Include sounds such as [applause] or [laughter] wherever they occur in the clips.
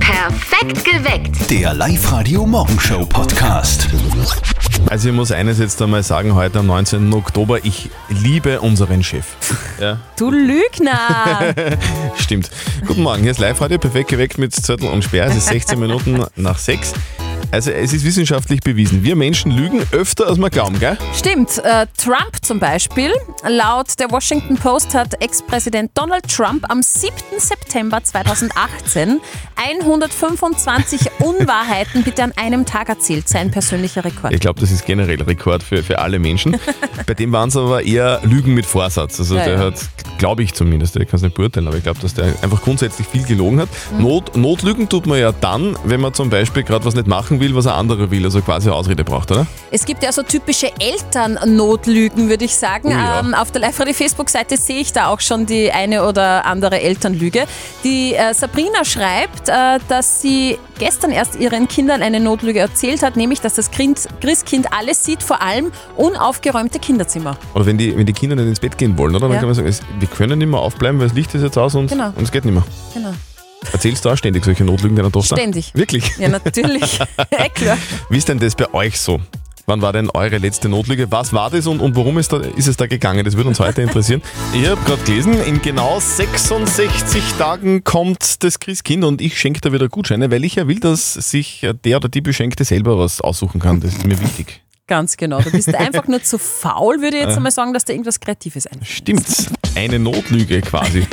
Perfekt geweckt. Der Live-Radio-Morgenshow-Podcast. Also ich muss eines jetzt einmal sagen, heute am 19. Oktober, ich liebe unseren Chef. [laughs] Ja, Du Lügner! stimmt. Guten Morgen, hier ist Live-Radio, perfekt geweckt mit Zettel und Sperr. Es ist [laughs] 16 Minuten nach 6. Also es ist wissenschaftlich bewiesen, wir Menschen lügen öfter, als wir glauben, gell? Stimmt, äh, Trump zum Beispiel. Laut der Washington Post hat Ex-Präsident Donald Trump am 7. September 2018 125 Unwahrheiten bitte an einem Tag erzählt. Sein persönlicher Rekord. Ich glaube, das ist generell Rekord für, für alle [laughs] Menschen. Bei dem waren es aber eher Lügen mit Vorsatz. Also Ja, der ja. hat, glaube ich zumindest, ich kann es nicht beurteilen, aber ich glaube, dass der einfach grundsätzlich viel gelogen hat. Mhm. Not, Notlügen tut man ja dann, wenn man zum Beispiel gerade was nicht machen will, was ein anderer will, also quasi eine Ausrede braucht, oder? Es gibt ja so typische Elternnotlügen, würde ich sagen. Oh ja. ähm, auf der Live-Radio-Facebook-Seite sehe ich da auch schon die eine oder andere Elternlüge. Die äh, Sabrina schreibt, äh, dass sie gestern erst ihren Kindern eine Notlüge erzählt hat, nämlich, dass das Kind, Christkind alles sieht, vor allem unaufgeräumte Kinderzimmer. Oder wenn die, wenn die Kinder nicht ins Bett gehen wollen, oder? Dann Ja. kann man sagen, es, wir können nicht mehr aufbleiben, weil das Licht ist jetzt aus und, Genau. und es geht nicht mehr. Genau. Erzählst du auch ständig solche Notlügen deiner Tochter? Ständig. Wirklich? Ja, [laughs] natürlich. Ja, klar. Wie ist denn das bei euch so? Wann war denn eure letzte Notlüge? Was war das und, und worum ist, da, ist es da gegangen? Das würde uns heute [laughs] interessieren. Ich habe gerade gelesen, in genau 66 Tagen kommt das Christkind und ich schenke da wieder Gutscheine, weil ich ja will, dass sich der oder die Beschenkte selber was aussuchen kann. Das ist mir wichtig. Ganz genau. Du bist einfach nur zu faul, würde ich Äh. jetzt einmal sagen, dass da irgendwas Kreatives einfällt. Stimmt. Eine Notlüge [laughs] quasi.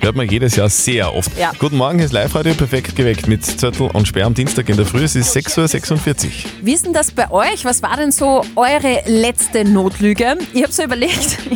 Hört man jedes Jahr sehr oft. Ja. Guten Morgen, hier ist Live-Radio perfekt geweckt mit Zettel und Sperr am Dienstag in der Früh. Es ist 6.46 Uhr. Wie ist denn das bei euch? Was war denn so eure letzte Notlüge? Ich habe so überlegt. [laughs]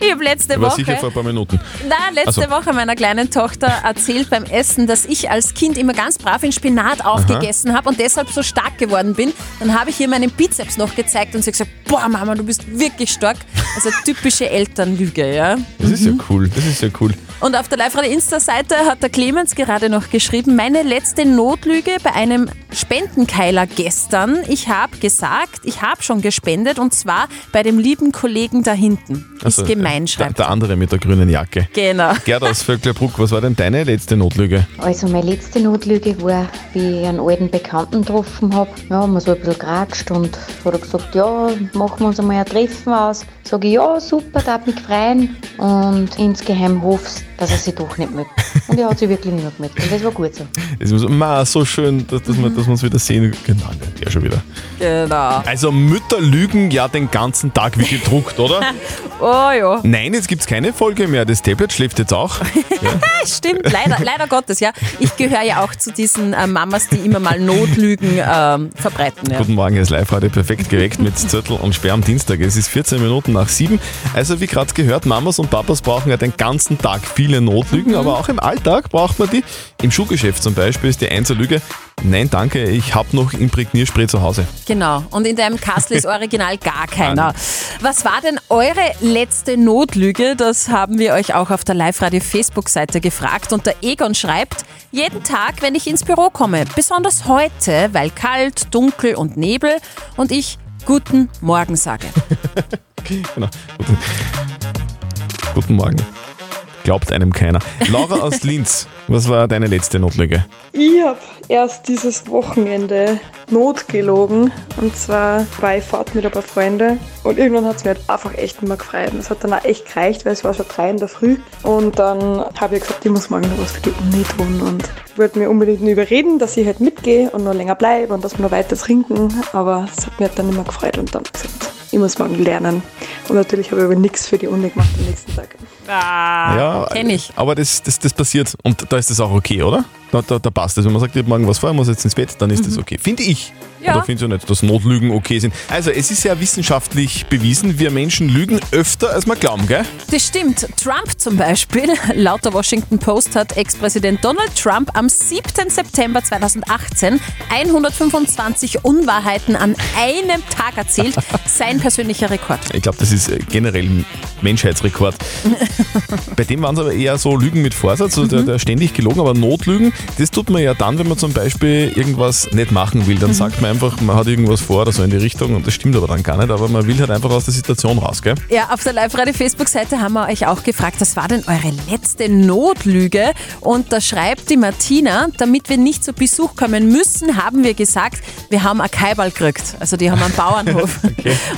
Ich habe letzte Aber Woche, sicher vor ein paar Minuten. nein, letzte Ach so. Woche meiner kleinen Tochter erzählt beim Essen, dass ich als Kind immer ganz brav in Spinat aufgegessen habe und deshalb so stark geworden bin. Dann habe ich ihr meinen Bizeps noch gezeigt und sie hat gesagt, boah Mama, du bist wirklich stark. Also typische Elternlüge, ja. Das ist ja cool. Das ist ja cool. Und auf der Live-Radio-Insta-Seite hat der Clemens gerade noch geschrieben, meine letzte Notlüge bei einem Spendenkeiler gestern. Ich habe gesagt, ich habe schon gespendet und zwar bei dem lieben Kollegen da hinten. Ist Also, gemein, der, schreibt der andere mit der grünen Jacke. er. Genau. Gerd aus Vöcklerbruck, was war denn deine letzte Notlüge? Also meine letzte Notlüge war, wie ich einen alten Bekannten getroffen habe. Ja, haben wir so ein bisschen geratscht und hat er gesagt, ja, machen wir uns einmal ein Treffen aus. Sage ich, ja, super, darf mich freuen. Und insgeheim hoffst, dass er sich doch nicht meldet. Und er hat sich wirklich nicht meldet. Und das war gut so. Es ist so, ma, so schön, dass, dass, wir, dass wir uns wieder sehen. Genau, der schon wieder. Genau. Also Mütter lügen ja den ganzen Tag wie gedruckt, oder? [laughs] Oh ja. Nein, jetzt gibt's keine Folge mehr. Das Tablet schläft jetzt auch. Stimmt, leider, leider Gottes, ja. Ich gehöre ja auch zu diesen äh, Mamas, die immer mal Notlügen ähm, verbreiten. Ja. Guten Morgen, hier ist Live-Radio perfekt geweckt mit Zettel und Sperr am Dienstag. Es ist 14 Minuten nach 7. Also wie gerade gehört, Mamas und Papas brauchen ja den ganzen Tag viele Notlügen, aber auch im Alltag braucht man die. Im Schuhgeschäft zum Beispiel ist die Einserlüge, nein danke, ich habe noch Imprägnierspray zu Hause. [laughs] Genau. Und in deinem Kastel ist original gar keiner. Was war denn eure letzte Notlüge? Das haben wir euch auch auf der Live-Radio-Facebook-Seite gefragt. Und der Egon schreibt, jeden Tag, wenn ich ins Büro komme, besonders heute, weil kalt, dunkel und Nebel und ich guten Morgen sage. Genau. Guten, guten Morgen. Glaubt einem keiner. Laura aus Linz, was war deine letzte Notlüge? Ich habe erst dieses Wochenende notgelogen und zwar bei Fahrt mit ein paar Freunden und irgendwann hat es mir halt einfach echt nicht mehr gefreut. Und Es hat dann auch echt gereicht, weil es war schon drei in der Früh und dann habe ich gesagt, ich muss morgen noch was für die Uni tun und wollte mir unbedingt nur überreden, dass ich halt mitgehe und noch länger bleibe und dass wir noch weiter trinken, aber es hat mir halt dann nicht mehr gefreut und dann hab ich gesagt, ich muss morgen lernen. Und natürlich habe ich aber nichts für die Uni gemacht am nächsten Tag. ja, Ah, kenn ich. Aber das, das, das passiert und da ist das auch okay, oder? Da, da, da passt das. Wenn man sagt, ich hab morgen was vor, ich muss jetzt ins Bett, dann ist das okay. Finde ich. Mhm. Ja. Oder findest du nicht, dass Notlügen okay sind? Also, es ist ja wissenschaftlich bewiesen, wir Menschen lügen öfter, als wir glauben, gell? Das stimmt. Trump zum Beispiel. [laughs] Laut der Washington Post hat Ex-Präsident Donald Trump am 7. September 2018 125 Unwahrheiten an einem Tag erzählt. Sein persönlicher Rekord. Ich glaube, das ist äh, generell ein [laughs] Mhm. Menschheitsrekord. Bei dem waren es aber eher so Lügen mit Vorsatz, also der, der ständig gelogen, aber Notlügen, Das tut man ja dann, wenn man zum Beispiel irgendwas nicht machen will. Dann Mhm. sagt man einfach, man hat irgendwas vor oder so in die Richtung und das stimmt aber dann gar nicht. Aber man will halt einfach aus der Situation raus, gell? Ja, auf der Live-Radio-Facebook-Seite haben wir euch auch gefragt, was war denn eure letzte Notlüge? Und da schreibt die Martina, damit wir nicht zu Besuch kommen müssen, haben wir gesagt, wir haben einen Keiball gekriegt. Also die haben einen Bauernhof.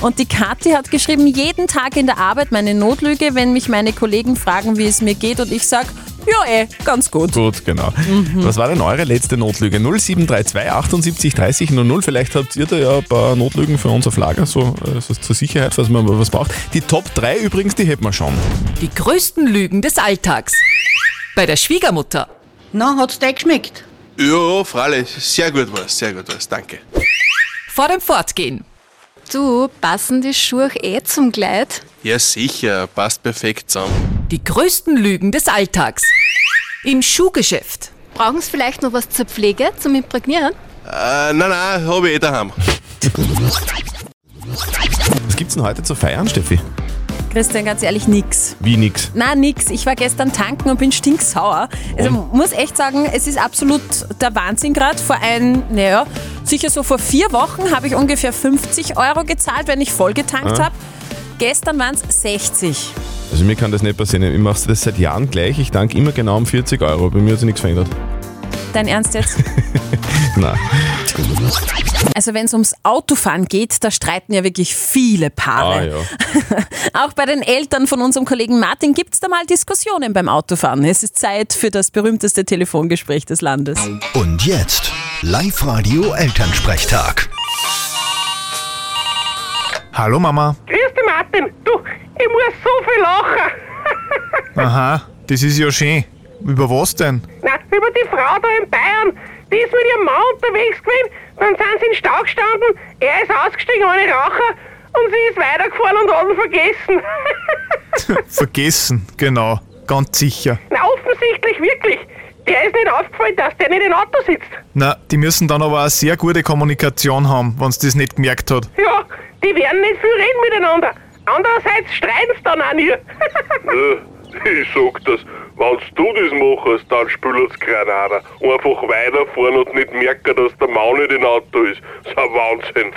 Und die Kathi hat geschrieben, jeden Tag in der Arbeit meine Notlüge, wenn mich meine Kollegen fragen, wie es mir geht und ich sage, ja eh, ganz gut. Gut, genau. Was war denn eure letzte Notlüge? 0732 78 30 00. Vielleicht habt ihr da ja ein paar Notlügen für unser Lager, so, äh, so zur Sicherheit, falls man mal was braucht. Die Top 3 übrigens, die hätten wir schon. Die größten Lügen des Alltags. Bei der Schwiegermutter. Na, hat's dir geschmeckt? Ja, freilich. Sehr gut war's, sehr gut war's. Danke. Vor dem Fortgehen. Du, passen die Schuhe eh zum Kleid? Ja, sicher. Passt perfekt zusammen. Die größten Lügen des Alltags. Im Schuhgeschäft. Brauchen sie vielleicht noch was zur Pflege, zum Imprägnieren? Äh, nein, nein, hab ich eh daheim. Was gibt's denn heute zu feiern, Steffi? Christian, ganz ehrlich, nix. Wie nix. Na nix. Ich war gestern tanken und bin stinksauer. Also muss echt sagen, es ist absolut der Wahnsinn gerade. Vor ein, naja, sicher so vor vier Wochen habe ich ungefähr 50 Euro gezahlt, wenn ich voll getankt habe. Gestern waren es 60. Also mir kann das nicht passieren. Ich mache das seit Jahren gleich. Ich danke immer genau um 40 Euro. Bei mir hat sich nichts verändert. Dein Ernst jetzt? Nein. Also wenn es ums Autofahren geht, da streiten ja wirklich viele Paare. Ah ja. [laughs] Auch bei den Eltern von unserem Kollegen Martin gibt es da mal Diskussionen beim Autofahren. Es ist Zeit für das berühmteste Telefongespräch des Landes. Und jetzt Live-Radio Elternsprechtag. Hallo Mama. Grüß dich, Martin. Du, ich muss so viel lachen. [laughs] Aha, das ist ja schön. Über was denn? Nein, über die Frau da in Bayern. Die ist mit ihrem Mann unterwegs gewesen, dann sind sie in den Stau gestanden, er ist ausgestiegen ohne Raucher und sie ist weitergefahren und hat ihn vergessen. [laughs] Vergessen, genau. Ganz sicher. Na, offensichtlich wirklich. Der ist nicht aufgefallen, dass der nicht im Auto sitzt. Na, die müssen dann aber eine sehr gute Kommunikation haben, wenn's das nicht gemerkt hat. Ja, die werden nicht viel reden miteinander. Andererseits streiten sie dann auch nie. Ich sag das, wenn du das machst, dann spülert's keinen einer. Einfach weiterfahren und nicht merken, dass der Mann nicht im Auto ist. Das ist ein Wahnsinn.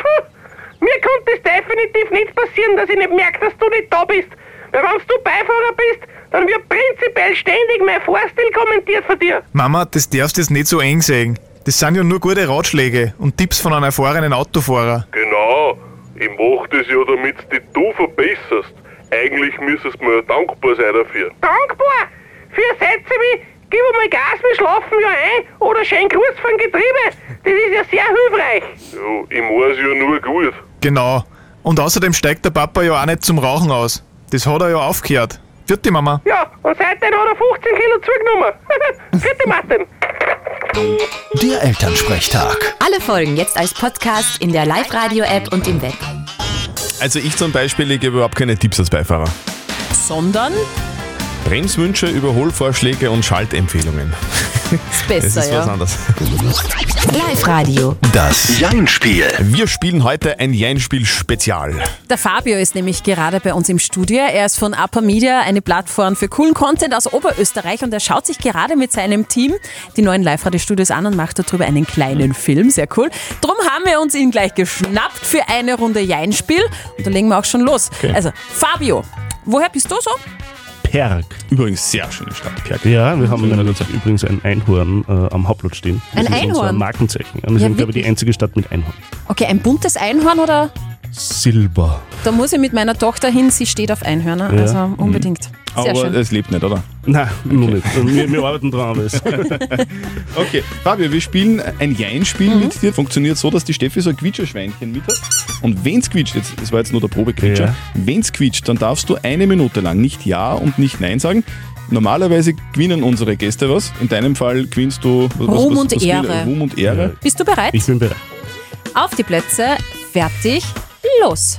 Mir kommt es definitiv nicht passieren, dass ich nicht merke, dass du nicht da bist. Weil wenn du Beifahrer bist, dann wird prinzipiell ständig mein Fahrstil kommentiert von dir. Mama, das darfst du jetzt nicht so eng sehen. Das sind ja nur gute Ratschläge und Tipps von einem erfahrenen Autofahrer. Genau, ich mach das ja, damit dich du verbesserst. Eigentlich müsstest du mir ja dankbar sein dafür. Dankbar für Sätze wie Gib einmal Gas, wir schlafen ja ein oder schön Gruß vom Getriebe. Das ist ja sehr hilfreich. Ja, ich mach's ja nur gut. Genau. Und außerdem steigt der Papa ja auch nicht zum Rauchen aus. Das hat er ja aufgehört. Vierte Mama. Ja, und seitdem hat er 15 Kilo zugenommen. [laughs] Vierte Martin. Der Elternsprechtag. Alle Folgen jetzt als Podcast in der Live-Radio-App und im Web. Also ich zum Beispiel, ich gebe überhaupt keine Tipps als Beifahrer. Sondern Bremswünsche, Überholvorschläge und Schaltempfehlungen. ist Das besser, ist was ja. anderes. Live-Radio. Das Jein-Spiel. Wir spielen heute ein Jein-Spiel-Spezial. Der Fabio ist nämlich gerade bei uns im Studio. Er ist von Upper Media, eine Plattform für coolen Content aus Oberösterreich und er schaut sich gerade mit seinem Team die neuen Live-Radio-Studios an und macht darüber einen kleinen Film. Sehr cool. Drum haben wir uns ihn gleich geschnappt für eine Runde Jein-Spiel. Und da legen wir auch schon los. Also, Fabio, woher bist du so? Perg. Übrigens sehr schöne Stadt, Perg. Ja, wir haben in meiner Stadt übrigens ein Einhorn äh, am Hauptplatz stehen. Das Ein ist unser Einhorn? Markenzeichen. Und wir Ja, sind, glaube ich, wirklich? die einzige Stadt mit Einhorn. Okay, ein buntes Einhorn oder? Silber. Da muss ich mit meiner Tochter hin, sie steht auf Einhörner. Ja. Mhm. Also unbedingt. Sehr schön. es lebt nicht, oder? Nein, nur nicht. Wir, wir arbeiten dran, aber es [laughs] Okay, Fabio, wir spielen ein Jein-Spiel Mhm. mit dir. Funktioniert so, dass die Steffi so ein Quietscherschweinchen mit hat. Und wenn es quietscht, jetzt, das war jetzt nur der Probequietscher, Ja. wenn es quietscht, dann darfst du eine Minute lang nicht Ja und nicht Nein sagen. Normalerweise gewinnen unsere Gäste was. In deinem Fall gewinnst du was, was- Ruhm was, und was Ehre. Ruhm und Ehre. Bist du bereit? Ich bin bereit. Auf die Plätze, fertig, los.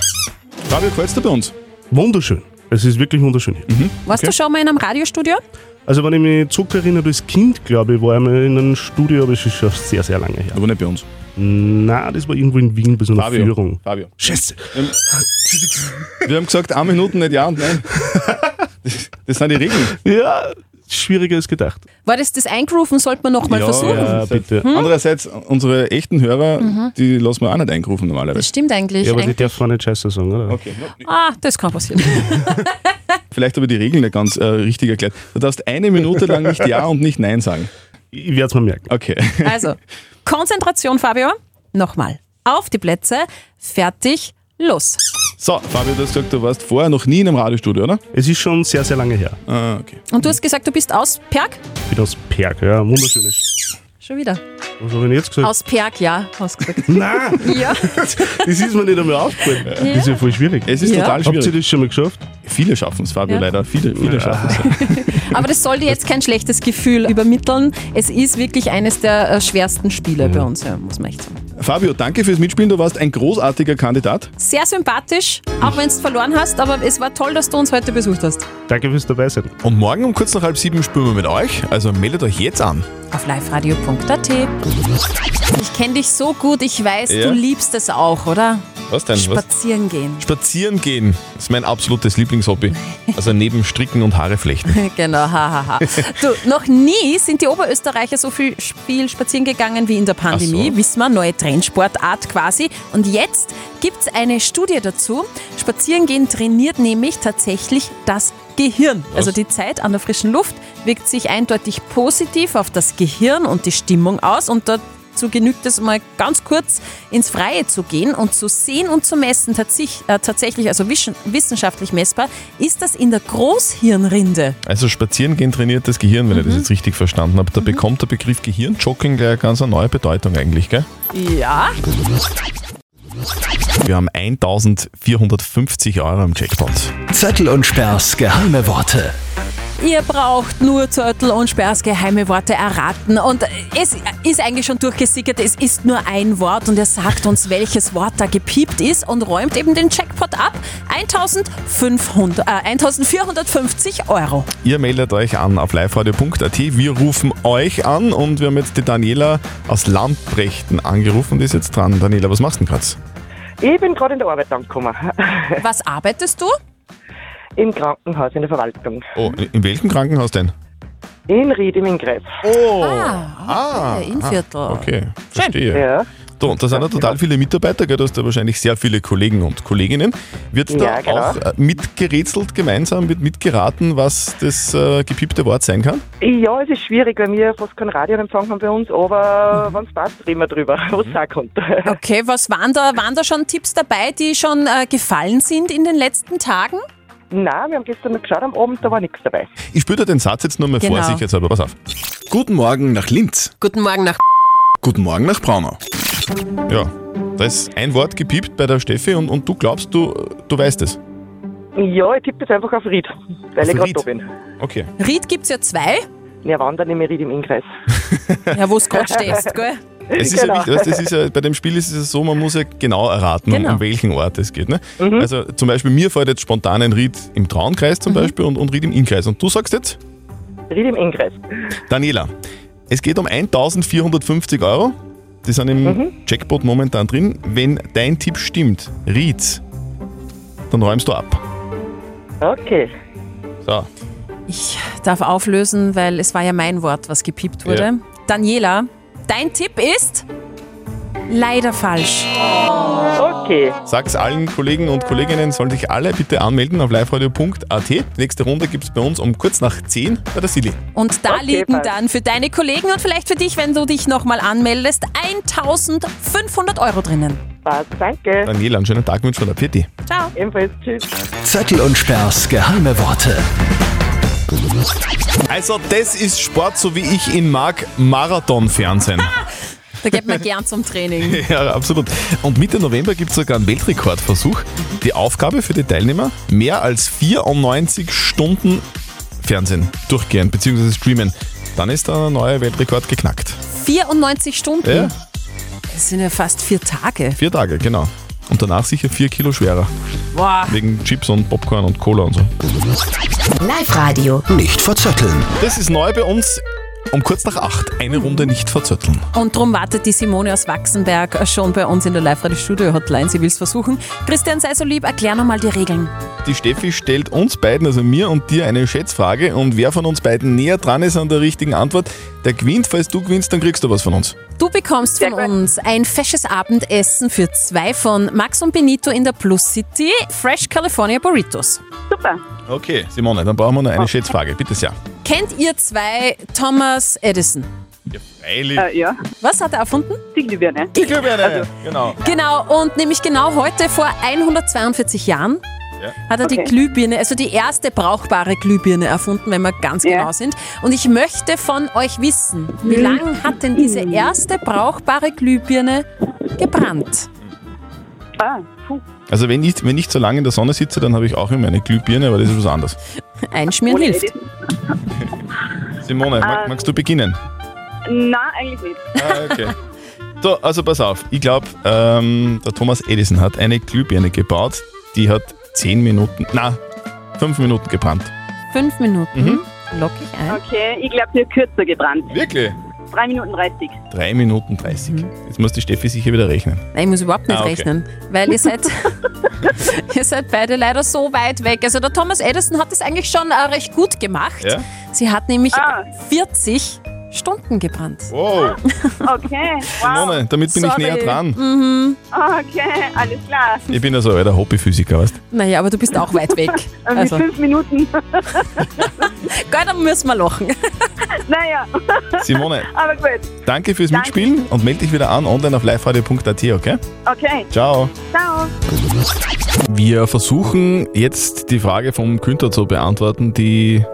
Fabio, gefällt's dir bei uns? Wunderschön. Es ist wirklich wunderschön hier. Warst du schon mal in einem Radiostudio? Also, wenn ich mich zurückerinnere, als Kind, glaube ich, war ich mal in einem Studio, aber es ist schon sehr, sehr lange her. Aber nicht bei uns. Nein, das war irgendwo in Wien bei so einer Fabio. Führung. Fabio. Scheiße. [laughs] Wir haben gesagt, eine Minute nicht Ja und Nein. Das sind die Regeln. Ja, schwieriger als gedacht. War das das Eingrooven, sollte man nochmal ja, versuchen? Ja, bitte. Hm? Andererseits, unsere echten Hörer, Mhm. die lassen wir auch nicht eingrufen normalerweise. Das stimmt eigentlich. Ja, aber die eigentlich. Darf man nicht scheiße sagen, oder? Okay. Ah, das kann passieren. Vielleicht habe ich die Regeln nicht ganz äh, richtig erklärt. Du darfst eine Minute lang nicht Ja und nicht Nein sagen. Ich werde es mal merken. Okay. Also, Konzentration, Fabio. Nochmal. Auf die Plätze. Fertig. Los. So, Fabio, du hast gesagt, du warst vorher noch nie in einem Radiostudio, oder? Es ist schon sehr, sehr lange her. Ah, okay. Und du hast gesagt, du bist aus Perg? Ich bin aus Perg, ja, wunderschönes. Schon wieder. Was habe ich denn jetzt gesagt? Aus Perg, ja. Hast gesagt. [laughs] Nein! Ja. das ist mir nicht einmal aufgefallen. Ja. Das ist ja voll schwierig. Es ist Ja. total schwierig. Habt ihr das schon mal geschafft? Viele schaffen es, Fabio, Ja. leider. Viele, viele schaffen es. Aber das soll dir jetzt kein schlechtes Gefühl übermitteln. Es ist wirklich eines der äh, schwersten Spiele bei uns, ja, muss man echt sagen. Fabio, danke fürs Mitspielen. Du warst ein großartiger Kandidat. Sehr sympathisch, auch wenn du verloren hast, aber es war toll, dass du uns heute besucht hast. Danke fürs dabei sein. Und morgen um kurz nach halb sieben spüren wir mit euch. Also meldet euch jetzt an. Auf liveradio.at. Ich kenne dich so gut, ich weiß, Ja. du liebst es auch, oder? Was denn? Was? Spazieren gehen. Spazieren gehen ist mein absolutes Lieblingshobby. Also neben Stricken und Haare flechten. genau, hahaha. du, noch nie sind die Oberösterreicher so viel, viel spazieren gegangen wie in der Pandemie. Wissen wir, neue Trendsportart quasi. Und jetzt gibt es eine Studie dazu. Spazierengehen trainiert nämlich tatsächlich das Gehirn. Also die Zeit an der frischen Luft wirkt sich eindeutig positiv auf das Gehirn und die Stimmung aus. Und dazu genügt es mal ganz kurz ins Freie zu gehen und zu sehen und zu messen, tatsächlich, äh, tatsächlich also wischen- wissenschaftlich messbar, ist das in der Großhirnrinde. Also spazieren gehen trainiert das Gehirn, wenn ich Mhm. das jetzt richtig verstanden habe. Da bekommt der Begriff Gehirnjogging gleich eine ganz neue Bedeutung eigentlich, gell? Ja. Wir haben 1450 Euro im Jackpot. Zettel und Sperrs geheime Worte. Ihr braucht nur Zörtel und Sperrs geheime Worte erraten. Und es ist eigentlich schon durchgesickert, es ist nur ein Wort und er sagt uns, welches Wort da gepiept ist und räumt eben den Jackpot ab. 1500, äh, 1450 Euro. Ihr meldet euch an auf liveradio.at. Wir rufen euch an und wir haben jetzt die Daniela aus Lamprechten angerufen. Die ist jetzt dran. Daniela, was machst du denn gerade? Ich bin gerade in der Arbeit angekommen. Was arbeitest du? Im Krankenhaus, in der Verwaltung. Oh, in welchem Krankenhaus denn? In Ried im Ingreif. Oh! Ah, Ah, okay, Innviertel. Okay, verstehe. Ja. Du, und da sind ja total viele Mitarbeiter, gell? du hast ja wahrscheinlich sehr viele Kollegen und Kolleginnen. Wird da Ja, genau. auch äh, mitgerätselt gemeinsam, wird mitgeraten, was das äh, gepiepte Wort sein kann? Ja, es ist schwierig, weil wir fast keinen Radioempfang haben bei uns, aber wenn's passt, reden wir drüber, [laughs] was es auch kommt. Okay, was waren da, waren da schon Tipps dabei, die schon äh, gefallen sind in den letzten Tagen? Nein, wir haben gestern noch geschaut am Abend, da war nichts dabei. Ich spüre dir den Satz jetzt nur mal Genau. vor, sicherheitshalber, pass auf. Guten Morgen nach Linz. Guten Morgen nach Guten Morgen nach Braunau. Ja, da ist ein Wort gepiept bei der Steffi und, und du glaubst, du, du weißt es. Ja, ich tippe jetzt einfach auf Ried, weil ich gerade da bin. Okay. Ried gibt es ja zwei. Ja, wann dann nehme ich Ried im Inkreis. Ja, wo [laughs] es gerade stehst, gell? Es ist ja wichtig, weißt, das ist ja, bei dem Spiel ist es ja so, man muss ja genau erraten, um, Genau. um welchen Ort es geht. Ne? Also zum Beispiel, mir fällt jetzt spontan ein Ried im Traunkreis zum Beispiel und, und Ried im Innkreis. Und du sagst jetzt? Ried im Inkreis. Daniela, es geht um 1450 Euro. Die sind im Jackpot momentan drin. Wenn dein Tipp stimmt, Ried, dann räumst du ab. Okay. So. Ich darf auflösen, weil es war ja mein Wort, was gepiept wurde. Ja. Daniela, dein Tipp ist leider falsch. Okay. Sag's allen Kollegen und Kolleginnen, sollen sich alle bitte anmelden auf liveradio.at. Nächste Runde gibt's bei uns um kurz nach 10 bei der Silly. Und da Okay, liegen passt. dann für deine Kollegen und vielleicht für dich, wenn du dich nochmal anmeldest, 1500 Euro drinnen. Passt, danke. Daniela, einen schönen Tag wünschen wir dir. Pitti. Ciao. Ebenfalls, tschüss. Zettel und Sperrs geheime Worte. Also, das ist Sport, so wie ich ihn mag: Marathon-Fernsehen. Da geht man gern zum [laughs] Training. Ja, absolut. Und Mitte November gibt es sogar einen Weltrekordversuch. Die Aufgabe für die Teilnehmer: mehr als 94 Stunden Fernsehen durchgehen bzw. streamen. Dann ist der neue Weltrekord geknackt. 94 Stunden. Ja. Das sind ja fast vier Tage. Vier Tage, genau. Und danach sicher vier Kilo schwerer. Boah. Wegen Chips und Popcorn und Cola und so. Live-Radio. Nicht verzetteln. Das ist neu bei uns. Um kurz nach acht eine Runde nicht verzötteln. Und drum wartet die Simone aus Wachsenberg äh, schon bei uns in der Live-Radio-Studio-Hotline. Sie will es versuchen. Christian, sei so lieb, erklär nochmal die Regeln. Die Steffi stellt uns beiden, also mir und dir, eine Schätzfrage. Und wer von uns beiden näher dran ist an der richtigen Antwort, der gewinnt. Falls du gewinnst, dann kriegst du was von uns. Du bekommst von uns ein fesches Abendessen für zwei von Max und Benito in der Plus City. Fresh California Burritos. Super. Okay, Simone, dann brauchen wir noch eine Schätzfrage. Bitte sehr. Kennt ihr zwei Thomas Edison? Freilich. Ah, Äh, ja. Was hat er erfunden? Die Glühbirne. Die Glühbirne, genau. Genau, und nämlich genau heute vor 142 Jahren Ja. hat er die Glühbirne, also die erste brauchbare Glühbirne erfunden, wenn wir ganz genau sind. Und ich möchte von euch wissen, wie Mhm. lange hat denn diese erste brauchbare Glühbirne gebrannt? Ah, puh. Also wenn ich, wenn ich zu lange in der Sonne sitze, dann habe ich auch immer eine Glühbirne, aber das ist was anderes. Einschmieren hilft. Simone, mag, Ähm. magst du beginnen? Nein, eigentlich nicht. Ah, okay. [laughs] So, also pass auf. Ich glaube, ähm, der Thomas Edison hat eine Glühbirne gebaut, die hat 10 Minuten, na, 5 Minuten gebrannt. Fünf Minuten. Mhm. Lock ich ein. Okay, ich glaube, nur kürzer gebrannt. Wirklich? Drei Minuten 30. 3 Minuten 30. Jetzt muss die Steffi sicher wieder rechnen. Nein, ich muss überhaupt nicht Ah, okay. rechnen, weil [laughs] ihr seid, [laughs] ihr seid beide leider so weit weg. Also der Thomas Edison hat es eigentlich schon äh, recht gut gemacht. Ja? Sie hat nämlich Ah. 40 Stunden gebrannt. Wow. [laughs] Okay, wow. Simone, damit bin Sorry. ich näher dran. Mhm. Okay, alles klar. Äh, Ich bin ja so ein alter Hobbyphysiker, weißt du? Naja, aber du bist auch weit weg. [laughs] Mit fünf Minuten. Gott, dann müssen wir lachen. [laughs] Naja. Simone. Aber gut. Danke fürs Danke. Mitspielen und melde dich wieder an online auf liveradio.at, okay? Okay. Ciao. Ciao. Wir versuchen jetzt die Frage vom Günther zu beantworten, die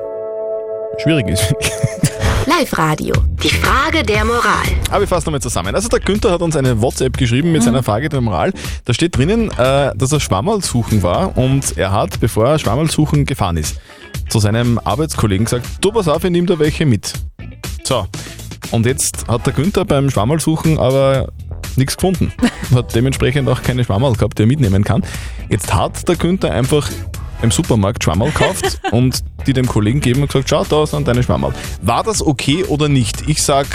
schwierig ist. Live Radio. Die Frage der Moral. Aber wir fassen nochmal zusammen. Also der Günther hat uns eine WhatsApp geschrieben mit seiner Frage der Moral. Da steht drinnen, äh, dass er Schwammerl suchen war und er hat, bevor er Schwammerl suchen gefahren ist, zu seinem Arbeitskollegen gesagt, du pass auf, ich nehme da welche mit. So, und jetzt hat der Günther beim Schwammerl suchen aber nichts gefunden. Hat dementsprechend auch keine Schwammerl gehabt, die er mitnehmen kann. Jetzt hat der Günther einfach im Supermarkt Schwammerl gekauft und die dem Kollegen gegeben und gesagt, schau, da sind deine Schwammerl. War das okay oder nicht? Ich sag,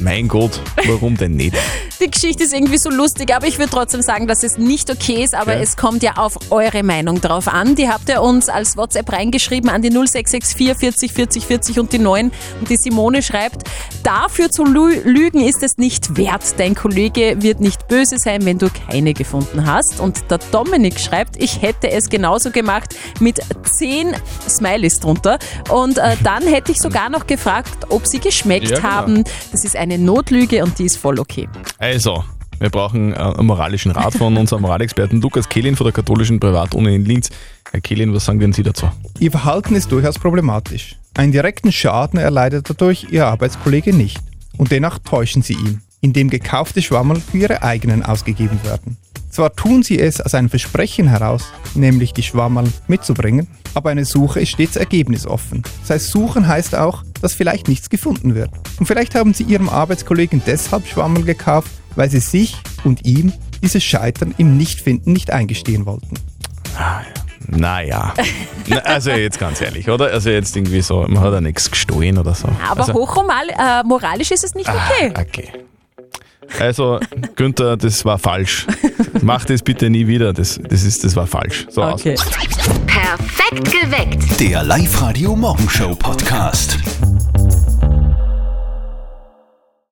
mein Gott, warum denn nicht? Die Geschichte ist irgendwie so lustig, aber ich würde trotzdem sagen, dass es nicht okay ist, aber Okay. es kommt ja auf eure Meinung drauf an. Die habt ihr uns als WhatsApp reingeschrieben an die 0664 40 40 40 und die 9 und die Simone schreibt, dafür zu lü- lügen ist es nicht wert. Dein Kollege wird nicht böse sein, wenn du keine gefunden hast. Und der Dominik schreibt, ich hätte es genauso gemacht mit 10 Smileys drunter und äh, dann hätte ich sogar noch gefragt, ob sie geschmeckt Ja, genau. haben. Das ist eine Notlüge und die ist voll okay. Also, wir brauchen äh, einen moralischen Rat von unserem Moralexperten Lukas Kehlin von der katholischen Privatuni in Linz. Herr Kehlin, was sagen denn Sie dazu? Ihr Verhalten ist durchaus problematisch. Einen direkten Schaden erleidet dadurch Ihr Arbeitskollege nicht. Und dennoch täuschen Sie ihn, indem gekaufte Schwammerl für Ihre eigenen ausgegeben werden. Zwar tun Sie es aus einem Versprechen heraus, nämlich die Schwammerl mitzubringen, aber eine Suche ist stets ergebnisoffen. Das heißt, suchen heißt auch, dass vielleicht nichts gefunden wird. Und vielleicht haben Sie Ihrem Arbeitskollegen deshalb Schwammerl gekauft, weil Sie sich und ihm dieses Scheitern im Nichtfinden nicht eingestehen wollten. Naja. Na, also jetzt ganz ehrlich, oder? Also jetzt irgendwie so, man hat ja nichts gestohlen oder so. Aber also, Ah. hochmoral, äh, moralisch ist es nicht okay. okay. Also, Günther, das war falsch. Mach das bitte nie wieder. Das, das, ist, das war falsch. So okay. aus. Perfekt geweckt. Der Live-Radio Morgenshow Podcast.